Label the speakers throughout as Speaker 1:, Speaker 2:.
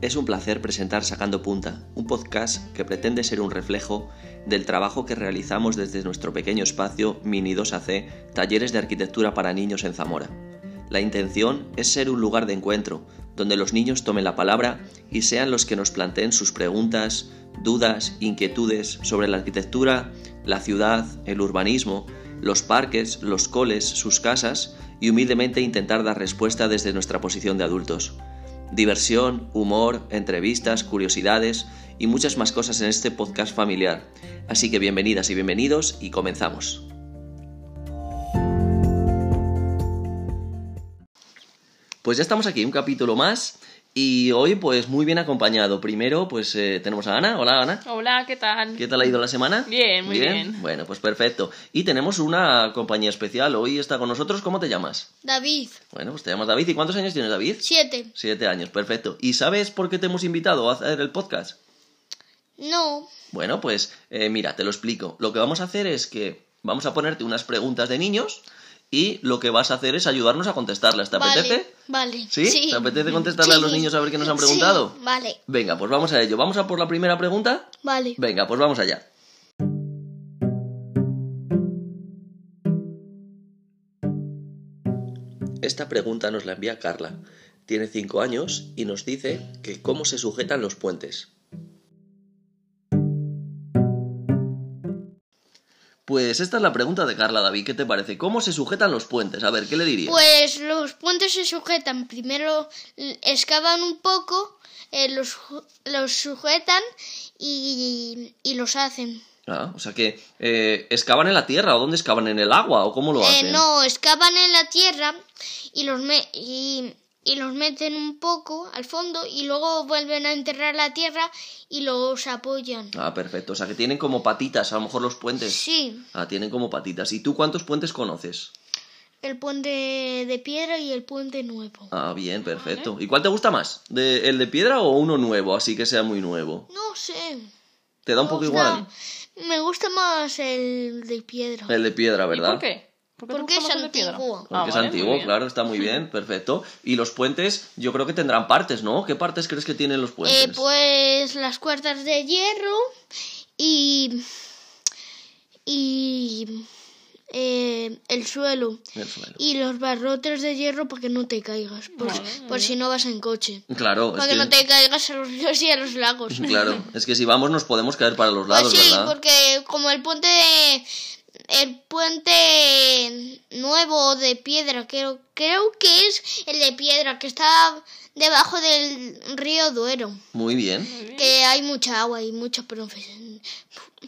Speaker 1: Es un placer presentar Sacando Punta, un podcast que pretende ser un reflejo del trabajo que realizamos desde nuestro pequeño espacio Mini 2AC, Talleres de Arquitectura para Niños en Zamora. La intención es ser un lugar de encuentro, donde los niños tomen la palabra y sean los que nos planteen sus preguntas, dudas, inquietudes sobre la arquitectura, la ciudad, el urbanismo, los parques, los coles, sus casas y humildemente intentar dar respuesta desde nuestra posición de adultos. Diversión, humor, entrevistas, curiosidades y muchas más cosas en este podcast familiar. Así que bienvenidas y bienvenidos y comenzamos. Pues ya estamos aquí, un capítulo más y hoy pues muy bien acompañado. Primero pues eh, tenemos a Ana. Hola Ana.
Speaker 2: Hola, ¿qué tal?
Speaker 1: ¿Qué tal ha ido la semana?
Speaker 2: Bien, muy bien.
Speaker 1: Bueno, pues perfecto. Y tenemos una compañía especial. Hoy está con nosotros. ¿Cómo te llamas?
Speaker 3: David,
Speaker 1: Bueno, pues te llamas David. ¿Y cuántos años tienes, David?
Speaker 3: 7.
Speaker 1: Siete años, perfecto. ¿Y sabes por qué te hemos invitado a hacer el podcast?
Speaker 3: No,
Speaker 1: Bueno, pues eh, mira, te lo explico. Lo que vamos a hacer es que vamos a ponerte unas preguntas de niños y lo que vas a hacer es ayudarnos a contestarlas. ¿Te
Speaker 3: vale.
Speaker 1: apetece?
Speaker 3: Vale.
Speaker 1: ¿Sí? ¿Te apetece contestarle a los niños a ver qué nos han preguntado?
Speaker 3: Sí, Vale,
Speaker 1: Venga, pues vamos a ello. ¿Vamos a por la primera pregunta?
Speaker 3: vale.
Speaker 1: Venga, pues vamos allá. Esta pregunta nos la envía Carla. Tiene 5 años y nos dice que cómo se sujetan los puentes. Pues esta es la pregunta de Carla, David. ¿Qué te parece? ¿Cómo se sujetan los puentes? A ver, ¿qué le dirías?
Speaker 3: Pues los puentes se sujetan. Primero l- excavan un poco, eh, los, ju- los sujetan y, y los hacen.
Speaker 1: Ah, o sea que eh, excavan en la tierra o dónde excavan en el agua o cómo lo
Speaker 3: Eh,
Speaker 1: hacen.
Speaker 3: no, excavan en la tierra y los, me- y, y los meten un poco al fondo y luego vuelven a enterrar la tierra y los apoyan.
Speaker 1: Ah, perfecto. O sea que tienen como patitas, a lo mejor los puentes.
Speaker 3: Sí,
Speaker 1: Ah, tienen como patitas. ¿Y tú cuántos puentes conoces?
Speaker 3: el puente de piedra y el puente nuevo.
Speaker 1: Ah, bien, perfecto. ¿Y cuál te gusta más? ¿De- ¿El de piedra o uno nuevo? Así que sea muy nuevo.
Speaker 3: No sé.
Speaker 1: Te da un poco
Speaker 3: me
Speaker 1: igual.
Speaker 3: gusta- Me gusta más el de piedra.
Speaker 1: El de piedra,
Speaker 2: ¿Y
Speaker 1: ¿verdad?
Speaker 2: por qué? ¿Por te
Speaker 3: Porque
Speaker 2: gusta
Speaker 3: es
Speaker 2: más el de piedra?
Speaker 3: antiguo.
Speaker 1: Porque
Speaker 2: Ah,
Speaker 1: es
Speaker 2: vale, muy
Speaker 1: antiguo,
Speaker 2: bien.
Speaker 1: claro, está muy bien, perfecto. Y los puentes, yo creo que tendrán partes, ¿no? ¿Qué partes crees que tienen los puentes?
Speaker 3: Eh, pues las cuerdas de hierro y. y. eh, el suelo.
Speaker 1: El suelo.
Speaker 3: Y los barrotes de hierro para que no te caigas. Por, por si no vas en coche.
Speaker 1: Claro, es
Speaker 3: Para que
Speaker 1: que...
Speaker 3: no te caigas a los ríos y a los lagos.
Speaker 1: Claro, es que si vamos nos podemos caer para los lados,
Speaker 3: pues sí,
Speaker 1: ¿verdad?
Speaker 3: porque como el puente de- el puente nuevo de piedra, creo, creo que es el de piedra que está debajo del río Duero,
Speaker 1: Muy bien.
Speaker 3: que hay mucha agua y mucha profe-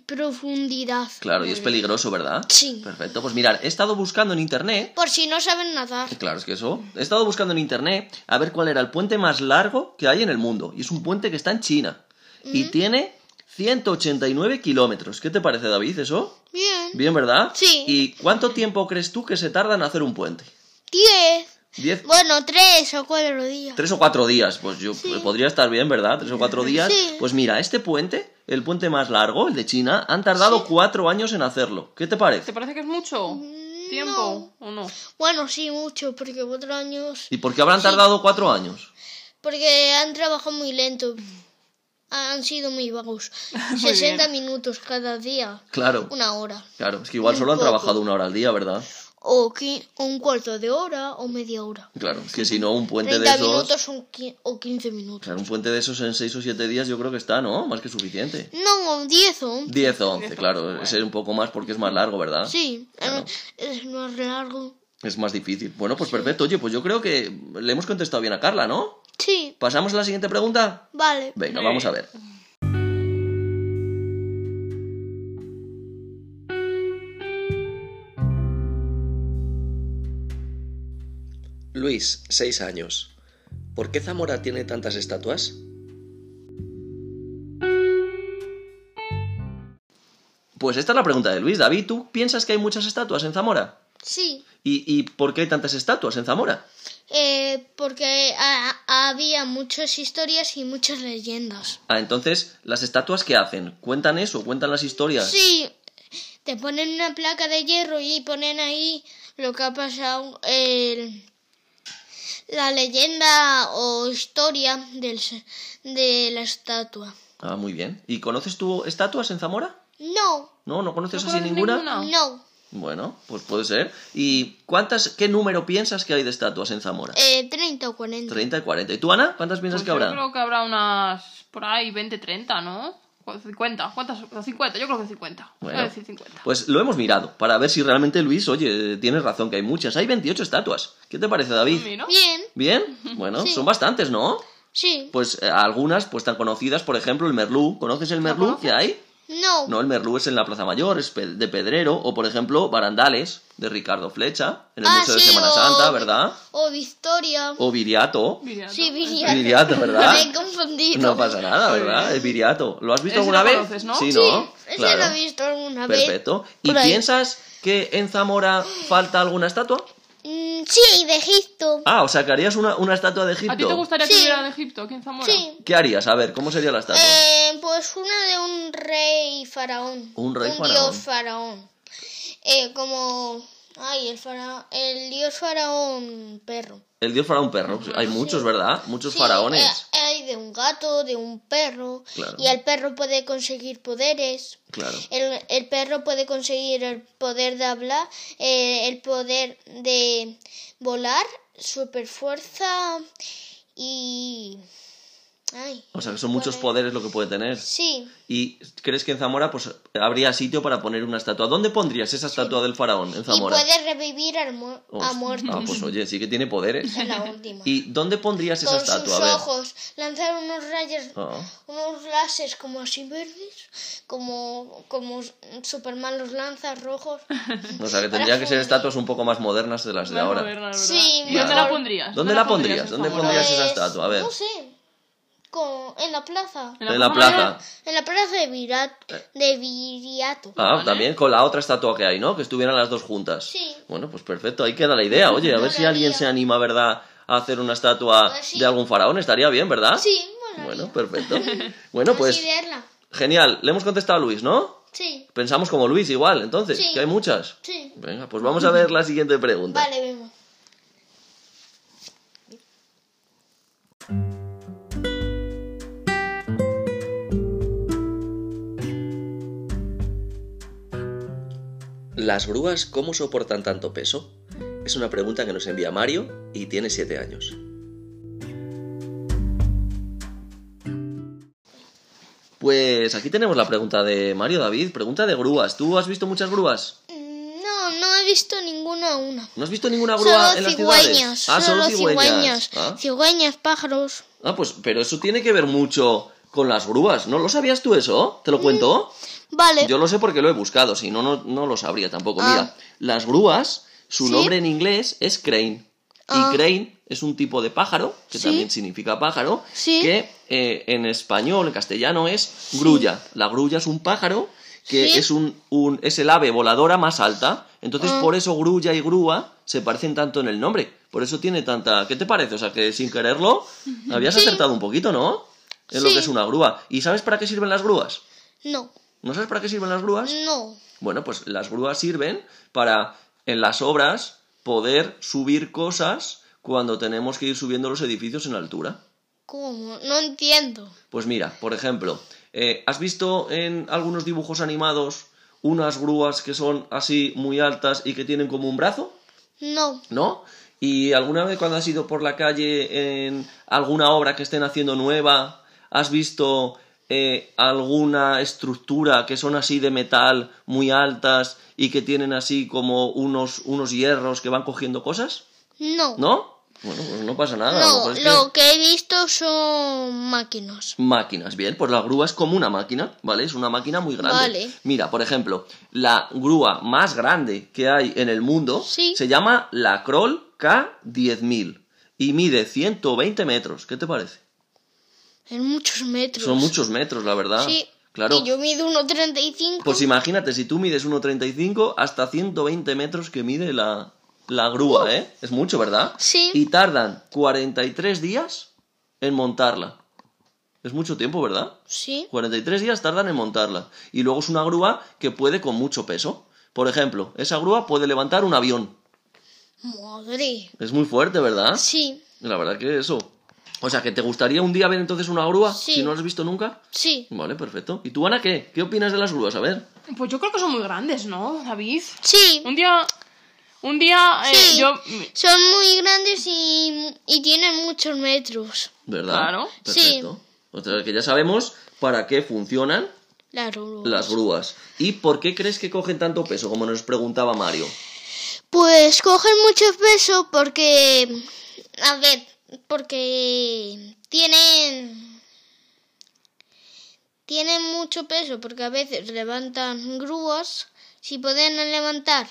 Speaker 3: profundidad.
Speaker 1: Claro, y es peligroso, ¿verdad?
Speaker 3: Sí.
Speaker 1: Perfecto, pues mirar, he estado buscando en internet
Speaker 3: Por si no saben nadar.
Speaker 1: Claro, es que eso. He estado buscando en internet a ver cuál era el puente más largo que hay en el mundo. Y es un puente que está en China. Y tiene 189 kilómetros. ¿Qué te parece, David, eso?
Speaker 3: Bien.
Speaker 1: Bien, ¿verdad?
Speaker 3: Sí.
Speaker 1: ¿Y cuánto tiempo crees tú que se tarda en hacer un puente?
Speaker 3: Diez.
Speaker 1: ¿Diez?
Speaker 3: Bueno, tres o cuatro días.
Speaker 1: ¿Tres o cuatro días? Pues yo pues podría estar bien, ¿verdad? ¿Tres o cuatro días?
Speaker 3: Sí.
Speaker 1: Pues mira, este puente, el puente más largo, el de China, han tardado cuatro años en hacerlo. ¿Qué te parece?
Speaker 2: ¿Te parece que es mucho
Speaker 3: Mm,
Speaker 2: tiempo o no?
Speaker 3: Bueno, sí, mucho, porque cuatro años.
Speaker 1: ¿Y por qué habrán tardado cuatro años?
Speaker 3: Porque han trabajado muy lento. Han sido muy vagos. 60 minutos cada día.
Speaker 1: Claro,
Speaker 3: Una hora.
Speaker 1: claro. Es que igual
Speaker 3: Un
Speaker 1: solo han
Speaker 3: poco.
Speaker 1: trabajado una hora al día, ¿verdad?
Speaker 3: O, qui- o un cuarto de hora o media hora.
Speaker 1: Claro, es que si no, un puente
Speaker 3: 30
Speaker 1: de esos.
Speaker 3: minutos o qui- o 15 minutos.
Speaker 1: Claro, un puente de esos en 6 o 7 días yo creo que está, ¿no? Más que suficiente.
Speaker 3: No, 10 o 11.
Speaker 1: 10 o 11, claro. Ese es un poco más porque es más largo, ¿verdad?
Speaker 3: Sí, eh, es más largo.
Speaker 1: Es más difícil. Bueno, pues perfecto. Oye, pues yo creo que le hemos contestado bien a Carla, ¿no?
Speaker 3: Sí,
Speaker 1: ¿Pasamos a la siguiente pregunta?
Speaker 3: vale.
Speaker 1: Venga,
Speaker 2: Sí.
Speaker 1: vamos a ver. Luis, 6 años. ¿Por qué Zamora tiene tantas estatuas? Pues esta es la pregunta de Luis. David, ¿tú piensas que hay muchas estatuas en Zamora?
Speaker 3: Sí,
Speaker 1: ¿Y, y por qué hay tantas estatuas en Zamora?
Speaker 3: eh, porque ha- había muchas historias y muchas leyendas.
Speaker 1: Ah, entonces, ¿las estatuas qué hacen? ¿Cuentan eso? ¿Cuentan las historias?
Speaker 3: Sí, te ponen una placa de hierro y ponen ahí lo que ha pasado, el, la leyenda o historia del s- de la estatua.
Speaker 1: Ah, muy bien. ¿Y conoces tú estatuas en Zamora?
Speaker 3: No,
Speaker 1: No, no conoces
Speaker 2: ¿No
Speaker 1: así
Speaker 2: conoces
Speaker 1: ninguna?
Speaker 2: ninguna? Ah.
Speaker 3: no.
Speaker 1: Bueno, pues puede ser. ¿Y cuántas, qué número piensas que hay de estatuas en Zamora?
Speaker 3: Eh, 30 o 40.
Speaker 1: 30 y 40. ¿Y tú, Ana? ¿Cuántas piensas
Speaker 2: Pues
Speaker 1: que
Speaker 2: yo
Speaker 1: habrá?
Speaker 2: creo que habrá unas por ahí 20, 30, ¿no? O 50, ¿cuántas? O 50, yo creo que 50.
Speaker 1: Bueno.
Speaker 2: Voy a decir 50.
Speaker 1: Pues lo hemos mirado para ver si realmente Luis, oye, tienes razón que hay muchas. Hay 28 estatuas. ¿Qué te parece, David?
Speaker 2: Mira.
Speaker 3: Bien,
Speaker 1: Bien, bueno,
Speaker 3: Sí.
Speaker 1: son bastantes, ¿no?
Speaker 3: sí.
Speaker 1: Pues eh, algunas pues tan conocidas, por ejemplo, el Merlú. ¿Conoces el Merlú que hay?
Speaker 3: No,
Speaker 1: Pues, No, el Merlú es en la Plaza Mayor, es pe- de Pedrero, o por ejemplo, Barandales, de Ricardo Flecha, en el
Speaker 3: Ah,
Speaker 1: Museo de
Speaker 3: sí,
Speaker 1: Semana
Speaker 3: o-
Speaker 1: Santa, ¿verdad?
Speaker 3: o Victoria.
Speaker 1: O Viriato.
Speaker 2: Viriato.
Speaker 3: Sí, Viriato.
Speaker 1: Viriato, ¿verdad?
Speaker 3: Me he confundido.
Speaker 1: No pasa nada,
Speaker 2: Muy
Speaker 1: ¿verdad?
Speaker 2: bien.
Speaker 1: Es Viriato. ¿Lo has visto
Speaker 2: Ese
Speaker 1: alguna
Speaker 2: lo
Speaker 1: vez?
Speaker 2: conoces, ¿no?
Speaker 1: Sí,
Speaker 3: Sí,
Speaker 1: ¿no?
Speaker 3: ese
Speaker 1: Claro.
Speaker 3: lo he visto alguna vez.
Speaker 1: Perfecto. ¿Y
Speaker 3: por ahí.
Speaker 1: piensas que en Zamora falta alguna estatua?
Speaker 3: Mm, sí, de Egipto.
Speaker 1: Ah, o sea, que harías una, una estatua de Egipto.
Speaker 2: ¿A ti te gustaría
Speaker 3: Sí.
Speaker 2: que hubiera de Egipto aquí en
Speaker 1: Ah,
Speaker 2: Zamora?
Speaker 3: Sí.
Speaker 1: ¿Qué harías? A ver, ¿cómo sería la estatua?
Speaker 3: Eh, pues una de un rey faraón.
Speaker 1: Un rey faraón.
Speaker 3: dios faraón. Eh, como... Ay, el faraón... El dios faraón perro.
Speaker 1: El dios faraón perro. Hay muchos, ¿verdad? Muchos
Speaker 3: Sí,
Speaker 1: faraones.
Speaker 3: eh, hay de un gato, de un perro.
Speaker 1: Claro.
Speaker 3: Y el perro puede conseguir poderes.
Speaker 1: Claro.
Speaker 3: El, el perro puede conseguir el poder de hablar, eh, el poder de volar, super fuerza y... Ay,
Speaker 1: O sea, que son
Speaker 3: pues eh.
Speaker 1: muchos poderes lo que puede tener.
Speaker 3: sí.
Speaker 1: ¿Y crees que en Zamora pues habría sitio para poner una estatua? ¿Dónde pondrías esa estatua del faraón en Zamora?
Speaker 3: Y puede revivir al mu- a
Speaker 1: Host-
Speaker 3: muertos.
Speaker 1: Ah, pues oye, sí que tiene poderes.
Speaker 3: en la última.
Speaker 1: ¿Y dónde pondrías esa
Speaker 3: Con
Speaker 1: estatua?
Speaker 3: sus
Speaker 1: A ver.
Speaker 3: ojos. Lanzar unos rayos,
Speaker 1: Ah.
Speaker 3: unos láseres como así verdes, como, como Superman los lanza rojos.
Speaker 1: O sea, que tendrían que ser estatuas un poco más modernas de las de
Speaker 2: Más
Speaker 1: ahora.
Speaker 2: moderna, ¿verdad?
Speaker 3: Sí,
Speaker 2: ¿Y
Speaker 1: mejor.
Speaker 2: dónde la pondrías?
Speaker 1: ¿Dónde la pondrías?
Speaker 2: en
Speaker 1: ¿Dónde
Speaker 2: Zamora?
Speaker 1: pondrías? esa estatua? A ver.
Speaker 3: Pues, No sé. Con- en la plaza.
Speaker 1: En la plaza.
Speaker 3: En la plaza de, Virat- de Viriato.
Speaker 1: Ah, también con la otra estatua que hay, ¿no? Que estuvieran las dos juntas.
Speaker 3: Sí.
Speaker 1: Bueno, pues perfecto, ahí queda la idea. Oye, a ver si alguien se anima, ¿verdad? A hacer una estatua
Speaker 3: Pues sí.
Speaker 1: de algún faraón, estaría bien, ¿verdad?
Speaker 3: Sí, bueno.
Speaker 1: Ah. Bueno, perfecto. Bueno,
Speaker 3: Así
Speaker 1: pues
Speaker 3: verla.
Speaker 1: genial. Le hemos contestado a Luis, ¿no?
Speaker 3: Sí,
Speaker 1: Pensamos como Luis igual, entonces,
Speaker 3: Sí.
Speaker 1: que hay muchas.
Speaker 3: sí.
Speaker 1: Venga, pues vamos a ver la siguiente pregunta.
Speaker 3: Vale, vemos.
Speaker 1: ¿Las grúas cómo soportan tanto peso? Es una pregunta que nos envía Mario y tiene 7 años. Pues aquí tenemos la pregunta de Mario David, pregunta de grúas. ¿Tú has visto muchas grúas?
Speaker 3: Mm, No, no he visto ninguna a una.
Speaker 1: ¿No has visto ninguna grúa en
Speaker 3: solo
Speaker 1: las ciudades?
Speaker 3: cigüeñas.
Speaker 1: Ah, solo, cigüeñas.
Speaker 3: cigüeñas.
Speaker 1: Ah.
Speaker 3: Cigüeñas, pájaros.
Speaker 1: Ah, pues, pero eso tiene que ver mucho con las grúas. ¿No lo sabías tú eso?
Speaker 3: Mm.
Speaker 1: ¿Te lo cuento?
Speaker 3: Vale.
Speaker 1: Yo lo sé porque lo he buscado, si no, no, no lo sabría tampoco.
Speaker 3: Ah.
Speaker 1: Mira, las grúas, su
Speaker 3: ¿Sí?
Speaker 1: nombre en inglés es crane.
Speaker 3: Ah.
Speaker 1: Y crane es un tipo de pájaro, que
Speaker 3: ¿Sí?
Speaker 1: también significa pájaro,
Speaker 3: ¿Sí?
Speaker 1: que eh, en español, en castellano, es grulla. La grulla es un pájaro que
Speaker 3: ¿Sí?
Speaker 1: es, un, un- es el ave voladora más alta. Entonces,
Speaker 3: Ah.
Speaker 1: por eso grulla y grúa se parecen tanto en el nombre. Por eso tiene tanta... ¿Qué te parece? O sea, que sin quererlo, habías acertado un poquito, ¿no? Es lo
Speaker 3: Sí.
Speaker 1: que es una grúa. ¿Y sabes para qué sirven las grúas?
Speaker 3: No,
Speaker 1: ¿No sabes para qué sirven las grúas?
Speaker 3: no.
Speaker 1: Bueno, pues las grúas sirven para en las obras poder subir cosas cuando tenemos que ir subiendo los edificios en altura.
Speaker 3: ¿Cómo? No entiendo.
Speaker 1: Pues mira, por ejemplo, eh, ¿has visto en algunos dibujos animados unas grúas que son así muy altas y que tienen como un brazo?
Speaker 3: No,
Speaker 1: ¿No? ¿Y alguna vez cuando has ido por la calle en alguna obra que estén haciendo nueva, has visto eh, alguna estructura que son así de metal muy altas y que tienen así como unos, unos hierros que van cogiendo cosas?
Speaker 3: no.
Speaker 1: ¿No? Bueno, pues no pasa nada. a lo
Speaker 3: No,
Speaker 1: mejor es
Speaker 3: lo que he visto son máquinas.
Speaker 1: que- Máquinas, bien, pues la grúa es como una máquina, ¿vale? Es una máquina muy grande.
Speaker 3: Vale.
Speaker 1: Mira, por ejemplo, la grúa más grande que hay en el mundo
Speaker 3: Sí.
Speaker 1: se llama la Kroll K10000 y mide 120 metros. ¿Qué te parece?
Speaker 3: En muchos metros.
Speaker 1: Son muchos metros, la verdad.
Speaker 3: Sí.
Speaker 1: Claro.
Speaker 3: Y yo mido 1,35.
Speaker 1: Pues imagínate, si tú mides 1,35 hasta 120 metros que mide la, la grúa, ¿eh? Es mucho, ¿verdad?
Speaker 3: Sí.
Speaker 1: Y tardan 43 días en montarla. Es mucho tiempo, ¿verdad?
Speaker 3: Sí.
Speaker 1: 43 días tardan en montarla. Y luego es una grúa que puede con mucho peso. Por ejemplo, esa grúa puede levantar un avión.
Speaker 3: Madre.
Speaker 1: Es muy fuerte, ¿verdad?
Speaker 3: Sí,
Speaker 1: La verdad que eso. O sea, que te gustaría un día ver entonces una grúa
Speaker 3: Sí.
Speaker 1: si no la has visto nunca.
Speaker 3: sí,
Speaker 1: Vale, perfecto. ¿Y tú, Ana, qué? ¿Qué opinas de las grúas? A ver.
Speaker 2: Pues yo creo que son muy grandes, ¿no, David?
Speaker 3: sí.
Speaker 2: Un día. Un día. eh,
Speaker 3: Sí.
Speaker 2: yo.
Speaker 3: Son muy grandes y, y tienen muchos metros.
Speaker 1: ¿Verdad?
Speaker 2: Claro.
Speaker 3: Sí.
Speaker 1: Perfecto. O sea, que ya sabemos para qué funcionan
Speaker 3: Las grúas.
Speaker 1: las grúas. ¿Y por qué crees que cogen tanto peso, como nos preguntaba Mario?
Speaker 3: Pues cogen mucho peso porque. A ver, porque. Tienen. Tienen mucho peso porque a veces levantan grúas. Si pueden levantar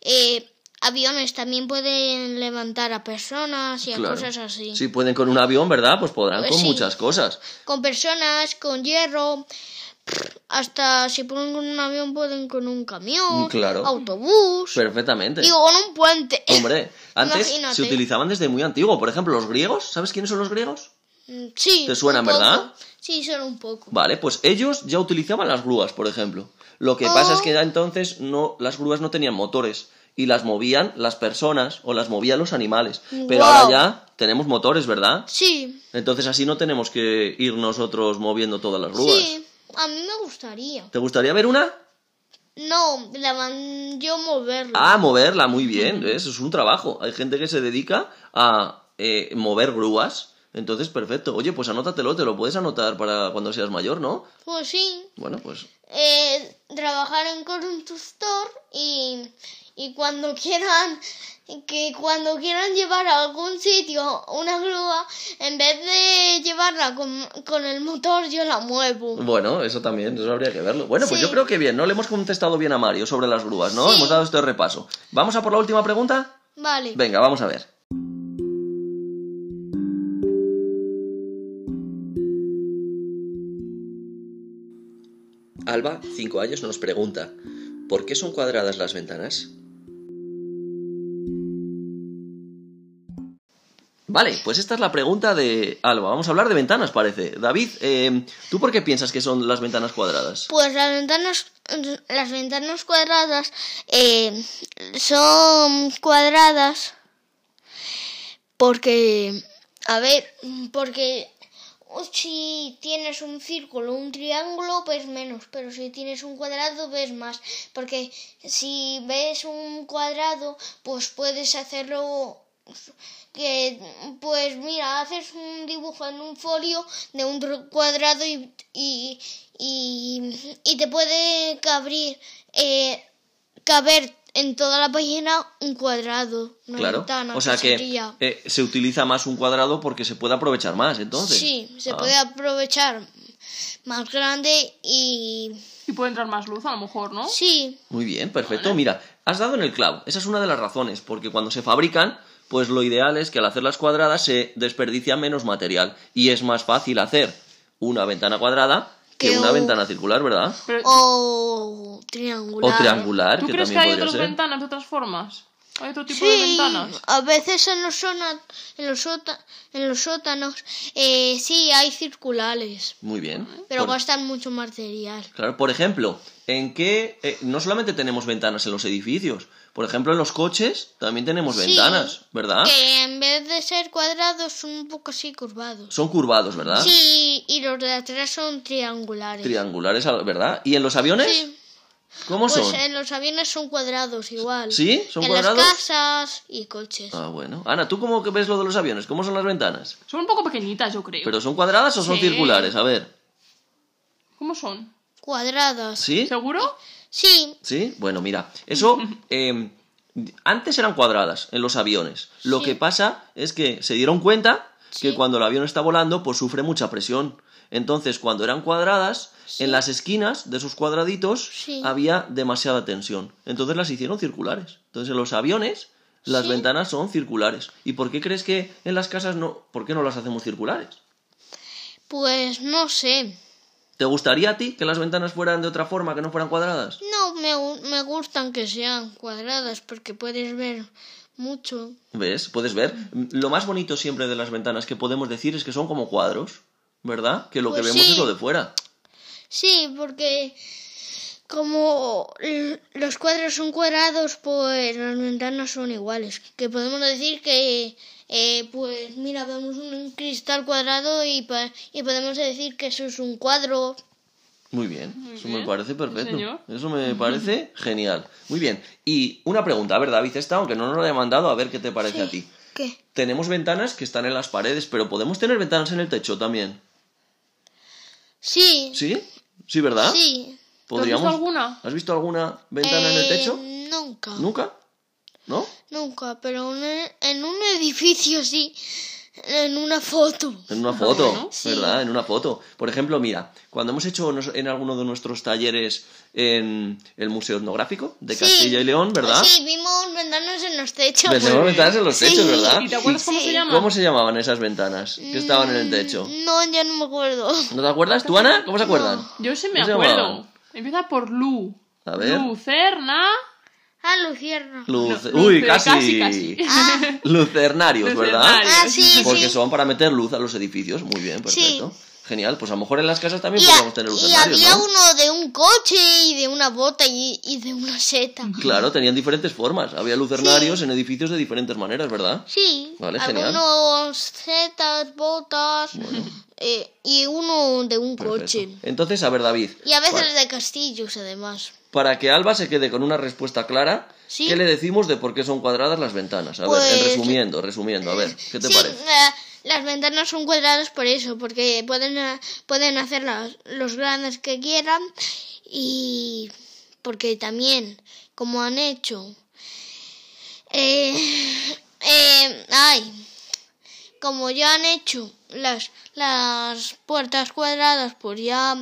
Speaker 3: eh, aviones, también pueden levantar a personas y a
Speaker 1: Claro.
Speaker 3: cosas pues así.
Speaker 1: Si pueden con un avión, ¿verdad? Pues podrán
Speaker 3: Pues
Speaker 1: con
Speaker 3: sí.
Speaker 1: muchas cosas.
Speaker 3: Con personas, con hierro. Hasta si pueden con un avión, pueden con un camión,
Speaker 1: Mm, claro.
Speaker 3: autobús.
Speaker 1: Perfectamente.
Speaker 3: Digo, con un puente.
Speaker 1: Hombre, antes
Speaker 3: Imagínate.
Speaker 1: se utilizaban desde muy antiguo. Por ejemplo, los griegos. ¿Sabes quiénes son los griegos?
Speaker 3: Mm, Sí.
Speaker 1: ¿Te suenan,
Speaker 3: un poco.
Speaker 1: verdad?
Speaker 3: Sí, suena un poco.
Speaker 1: Vale, pues ellos ya utilizaban las grúas, por ejemplo. Lo que pasa es
Speaker 3: Oh.
Speaker 1: que ya entonces no, las grúas no tenían motores y las movían las personas o las movían los animales. Pero
Speaker 3: Guau.
Speaker 1: ahora ya tenemos motores, ¿verdad?
Speaker 3: Sí,
Speaker 1: Entonces así no tenemos que ir nosotros moviendo todas las grúas.
Speaker 3: sí. A mí me gustaría.
Speaker 1: ¿Te gustaría ver una?
Speaker 3: No, la van yo moverla.
Speaker 1: Ah, moverla, muy bien. ¿ves? Es un trabajo. Hay gente que se dedica a eh, mover grúas. Entonces, perfecto. Oye, pues anótatelo, te lo puedes anotar para cuando seas mayor, ¿no?
Speaker 3: Pues sí.
Speaker 1: Bueno, pues
Speaker 3: Eh, trabajar en constructor y, y cuando quieran que cuando quieran llevar a algún sitio una grúa, en vez de llevarla con, con el motor, yo la muevo.
Speaker 1: Bueno, eso también, eso habría que verlo. Bueno, pues
Speaker 3: Sí.
Speaker 1: yo creo que bien, ¿no? Le hemos contestado bien a Mario sobre las grúas, ¿no?
Speaker 3: Sí.
Speaker 1: Hemos dado este repaso. ¿Vamos a por la última pregunta?
Speaker 3: Vale.
Speaker 1: Venga, vamos a ver. Alba, 5 años, nos pregunta, ¿por qué son cuadradas las ventanas? Vale, pues esta es la pregunta de Alba. Vamos a hablar de ventanas, parece. David, eh, ¿tú por qué piensas que son las ventanas cuadradas?
Speaker 3: Pues las ventanas, las ventanas cuadradas eh, son cuadradas porque, a ver, porque si tienes un círculo, un triángulo, ves menos, pero si tienes un cuadrado, ves más, porque si ves un cuadrado, pues puedes hacerlo que pues mira, haces un dibujo en un folio de un tro- cuadrado y, y, y, y te puede cabrir, eh, caber en toda la página un cuadrado. una
Speaker 1: claro.
Speaker 3: ventana,
Speaker 1: o sea que
Speaker 3: sería.
Speaker 1: eh, se utiliza más un cuadrado porque se puede aprovechar más, entonces.
Speaker 3: Sí, se
Speaker 1: Ah.
Speaker 3: puede aprovechar más grande y...
Speaker 2: Y puede entrar más luz, a lo mejor, ¿no?
Speaker 3: Sí,
Speaker 1: Muy bien, perfecto. Mira, has dado en el clavo. Esa es una de las razones, porque cuando se fabrican, pues lo ideal es que al hacer las cuadradas se desperdicia menos material y es más fácil hacer una ventana cuadrada que
Speaker 3: Que
Speaker 1: una
Speaker 3: un-
Speaker 1: ventana circular, ¿verdad?
Speaker 2: Pero,
Speaker 3: o triangular.
Speaker 1: O triangular,
Speaker 2: ¿Tú
Speaker 1: que
Speaker 2: crees que
Speaker 1: también
Speaker 2: hay
Speaker 1: podría
Speaker 2: otras
Speaker 1: ser.
Speaker 2: ventanas de otras formas? ¿Hay otro tipo de
Speaker 3: Sí,
Speaker 2: ventanas?
Speaker 3: a veces en los, sona- en los, sota- en los sótanos eh, sí hay circulares,
Speaker 1: Muy bien.
Speaker 3: pero
Speaker 1: Por-
Speaker 3: gastan mucho material.
Speaker 1: Claro, por ejemplo, en que eh, no solamente tenemos ventanas en los edificios, por ejemplo, en los coches también tenemos
Speaker 3: Sí.
Speaker 1: ventanas, ¿verdad?
Speaker 3: Que en vez de ser cuadrados son un poco así curvados.
Speaker 1: Son curvados, ¿verdad?
Speaker 3: Sí, y los de atrás son triangulares.
Speaker 1: Triangulares, ¿verdad? ¿Y en los aviones?
Speaker 3: Sí,
Speaker 1: ¿Cómo
Speaker 3: pues
Speaker 1: son?
Speaker 3: en los aviones son cuadrados igual.
Speaker 1: ¿Sí? ¿Son
Speaker 3: en
Speaker 1: cuadrados?
Speaker 3: las casas y coches.
Speaker 1: Ah, bueno. Ana, ¿tú cómo que ves lo de los aviones? ¿Cómo son las ventanas?
Speaker 2: Son un poco pequeñitas, yo creo.
Speaker 1: ¿Pero son cuadradas o son
Speaker 2: Sí.
Speaker 1: circulares? A ver.
Speaker 2: ¿Cómo son?
Speaker 3: Cuadradas.
Speaker 1: ¿Sí?
Speaker 2: ¿Seguro?
Speaker 3: Sí,
Speaker 1: ¿Sí? Bueno, mira. Eso. eh, antes eran cuadradas en los aviones. Lo
Speaker 3: Sí.
Speaker 1: que pasa es que se dieron cuenta
Speaker 3: Sí.
Speaker 1: que cuando el avión está volando, pues sufre mucha presión. Entonces, cuando eran cuadradas, en las esquinas de esos cuadraditos
Speaker 3: Sí.
Speaker 1: había demasiada tensión. Entonces las hicieron circulares. Entonces, en los aviones. Las
Speaker 3: Sí.
Speaker 1: ventanas son circulares. ¿Y por qué crees que en las casas no, por qué no las hacemos circulares?
Speaker 3: pues no sé.
Speaker 1: ¿Te gustaría a ti que las ventanas fueran de otra forma, que no fueran cuadradas?
Speaker 3: No, me, gu- me gustan que sean cuadradas porque puedes ver mucho.
Speaker 1: ¿Ves? Puedes ver. Lo más bonito siempre de las ventanas que podemos decir es que son como cuadros, ¿verdad? Que lo que
Speaker 3: Pues
Speaker 1: vemos
Speaker 3: sí.
Speaker 1: es lo de fuera.
Speaker 3: Sí, porque como l- los cuadros son cuadrados, pues las ventanas son iguales. Que podemos decir que, eh, pues mira, vemos un cristal cuadrado y, pa- y podemos decir que eso es un cuadro.
Speaker 1: Muy bien, eso me
Speaker 2: bien,
Speaker 1: parece
Speaker 2: sí,
Speaker 1: perfecto.
Speaker 2: señor.
Speaker 1: Eso me parece genial. Muy bien. Y una pregunta, a ver, David, esta, aunque no nos la he mandado, a ver qué te parece a ti.
Speaker 3: ¿Qué?
Speaker 1: Tenemos ventanas que están en las paredes, pero podemos tener ventanas en el techo también.
Speaker 3: Sí.
Speaker 1: ¿Sí? ¿Sí, verdad?
Speaker 3: Sí.
Speaker 2: ¿Tú has visto
Speaker 1: ¿Podríamos?
Speaker 2: alguna?
Speaker 1: ¿Has visto alguna ventana en el
Speaker 3: Eh,
Speaker 1: techo?
Speaker 3: Nunca.
Speaker 1: ¿Nunca? ¿No?
Speaker 3: Nunca, pero un e- en un edificio sí. En una foto.
Speaker 1: En una foto,
Speaker 2: bueno.
Speaker 3: Ah, Sí.
Speaker 1: ¿verdad? En una foto. Por ejemplo, mira, cuando hemos hecho nos- en alguno de nuestros talleres en el Museo Etnográfico de
Speaker 3: Sí.
Speaker 1: Castilla y León, ¿verdad?
Speaker 3: Sí, vimos ventanas en los techos.
Speaker 1: Pensamos ventanas en los
Speaker 3: Sí.
Speaker 1: techos, ¿verdad?
Speaker 2: ¿Y te acuerdas cómo
Speaker 3: Sí.
Speaker 2: se llama?
Speaker 1: ¿Cómo se llamaban esas ventanas que estaban en
Speaker 3: Mm,
Speaker 1: el techo?
Speaker 3: No, yo no me acuerdo.
Speaker 1: ¿No te acuerdas? ¿Tú, Ana? ¿Cómo se acuerdan?
Speaker 2: Yo sí me
Speaker 1: ¿Cómo se
Speaker 2: acuerdo.
Speaker 1: llamaban?
Speaker 2: Empieza por Lu.
Speaker 1: A ver.
Speaker 2: Lucerna.
Speaker 3: Ah, Lucierna.
Speaker 1: Luz-
Speaker 2: No,
Speaker 1: Uy,
Speaker 2: Luce-
Speaker 1: casi.
Speaker 2: casi, casi. ¿eh?
Speaker 3: Ah,
Speaker 1: Lucernarios, ¿verdad?
Speaker 2: Lucernarios.
Speaker 3: ah, sí,
Speaker 1: Porque
Speaker 3: sí.
Speaker 1: son para meter luz a los edificios. Muy bien, perfecto. Genial, pues a lo mejor en las casas también
Speaker 3: Y, a-
Speaker 1: podríamos tener
Speaker 3: y
Speaker 1: lucernarios,
Speaker 3: había
Speaker 1: ¿no?
Speaker 3: uno de un coche y de una bota y, y de una seta.
Speaker 1: Claro, tenían diferentes formas. Había lucernarios en edificios de diferentes maneras, ¿verdad?
Speaker 3: Sí,
Speaker 1: Vale, genial.
Speaker 3: algunos setas, botas eh, y uno de un coche.
Speaker 1: Perfecto. Entonces, a ver, David,
Speaker 3: Y a veces
Speaker 1: Vale.
Speaker 3: de castillos, además.
Speaker 1: para que Alba se quede con una respuesta clara,
Speaker 3: Sí.
Speaker 1: ¿qué le decimos de por qué son cuadradas las ventanas? A ver, en
Speaker 3: Pues-
Speaker 1: resumiendo, resumiendo, a ver, ¿qué te
Speaker 3: sí,
Speaker 1: parece?
Speaker 3: la- las ventanas son cuadradas por eso, porque pueden, eh, pueden hacerlas los grandes que quieran y porque también, como han hecho, eh, eh, ay, como ya han hecho las, las puertas cuadradas, pues ya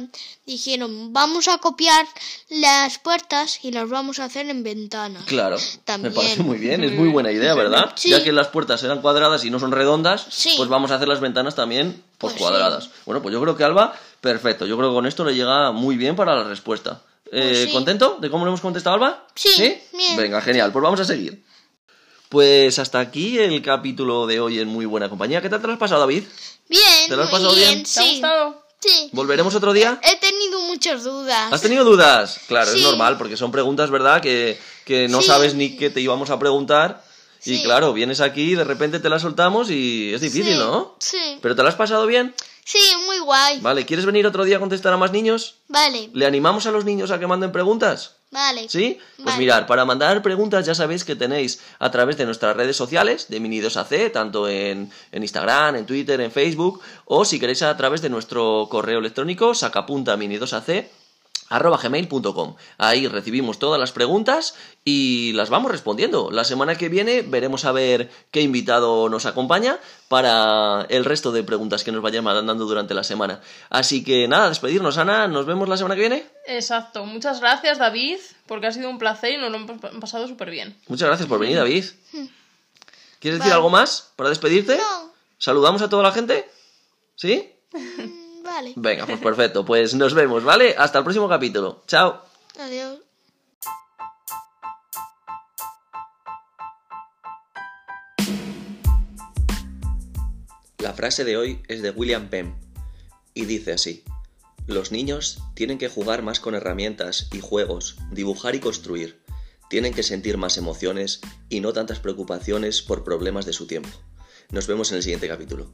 Speaker 3: dijeron, vamos a copiar las puertas y las vamos a hacer en ventanas.
Speaker 1: Claro,
Speaker 3: También. Mm.
Speaker 1: me parece muy bien, es muy buena idea, ¿verdad?
Speaker 3: Sí.
Speaker 1: Ya que las puertas eran cuadradas y no son redondas,
Speaker 3: Sí.
Speaker 1: pues vamos a hacer las ventanas también pues,
Speaker 3: Pues sí.
Speaker 1: cuadradas. Bueno, pues yo creo que Alba, perfecto, yo creo que con esto le llega muy bien para la respuesta. Eh,
Speaker 3: Pues sí.
Speaker 1: ¿Contento de cómo le hemos contestado, Alba?
Speaker 3: Sí, bien.
Speaker 1: Venga, genial, pues vamos a seguir. Pues hasta aquí el capítulo de hoy en Muy Buena Compañía. ¿Qué tal te lo has pasado, David?
Speaker 3: Bien,
Speaker 1: ¿Te lo has
Speaker 3: muy
Speaker 1: pasado bien?
Speaker 3: bien,
Speaker 1: ¿Te
Speaker 2: ¿Te ha
Speaker 3: sí.
Speaker 2: gustado?
Speaker 3: Sí.
Speaker 1: ¿Volveremos otro día?
Speaker 3: He tenido muchas dudas.
Speaker 1: ¿Has tenido dudas? Claro, es
Speaker 3: Sí.
Speaker 1: normal, porque son preguntas, ¿verdad? Que, que no
Speaker 3: Sí.
Speaker 1: sabes ni qué te íbamos a preguntar. Y
Speaker 3: Sí.
Speaker 1: claro, vienes aquí, de repente te la soltamos y es difícil,
Speaker 3: Sí,
Speaker 1: ¿no?
Speaker 3: Sí.
Speaker 1: ¿Pero te la has pasado bien?
Speaker 3: Sí, muy guay.
Speaker 1: Vale, ¿quieres venir otro día a contestar a más niños?
Speaker 3: Vale,
Speaker 1: ¿Le animamos a los niños a que manden preguntas?
Speaker 3: vale.
Speaker 1: ¿Sí? Pues
Speaker 3: Vale.
Speaker 1: mirar, para mandar preguntas ya sabéis que tenéis a través de nuestras redes sociales, de Mini2AC, tanto en, en Instagram, en Twitter, en Facebook, o si queréis a través de nuestro correo electrónico sacapuntamini2ac arroba gmail.com. Ahí recibimos todas las preguntas y las vamos respondiendo. La semana que viene veremos a ver qué invitado nos acompaña para el resto de preguntas que nos vayan mandando durante la semana. Así que nada, despedirnos, Ana. Nos vemos la semana que viene.
Speaker 2: Exacto. Muchas gracias, David, porque ha sido un placer y nos lo hemos pa- pasado súper bien.
Speaker 1: Muchas gracias por venir, David. ¿Quieres decir
Speaker 3: Hmm. Vale.
Speaker 1: algo más para despedirte?
Speaker 3: No.
Speaker 1: ¿Saludamos a toda la gente? ¿Sí?
Speaker 3: Mm, Vale.
Speaker 1: Venga, pues perfecto. Pues nos vemos, ¿vale? Hasta el próximo capítulo. Chao.
Speaker 3: Adiós.
Speaker 1: La frase de hoy es de William Penn y dice así. Los niños tienen que jugar más con herramientas y juegos, dibujar y construir. Tienen que sentir más emociones y no tantas preocupaciones por problemas de su tiempo. Nos vemos en el siguiente capítulo.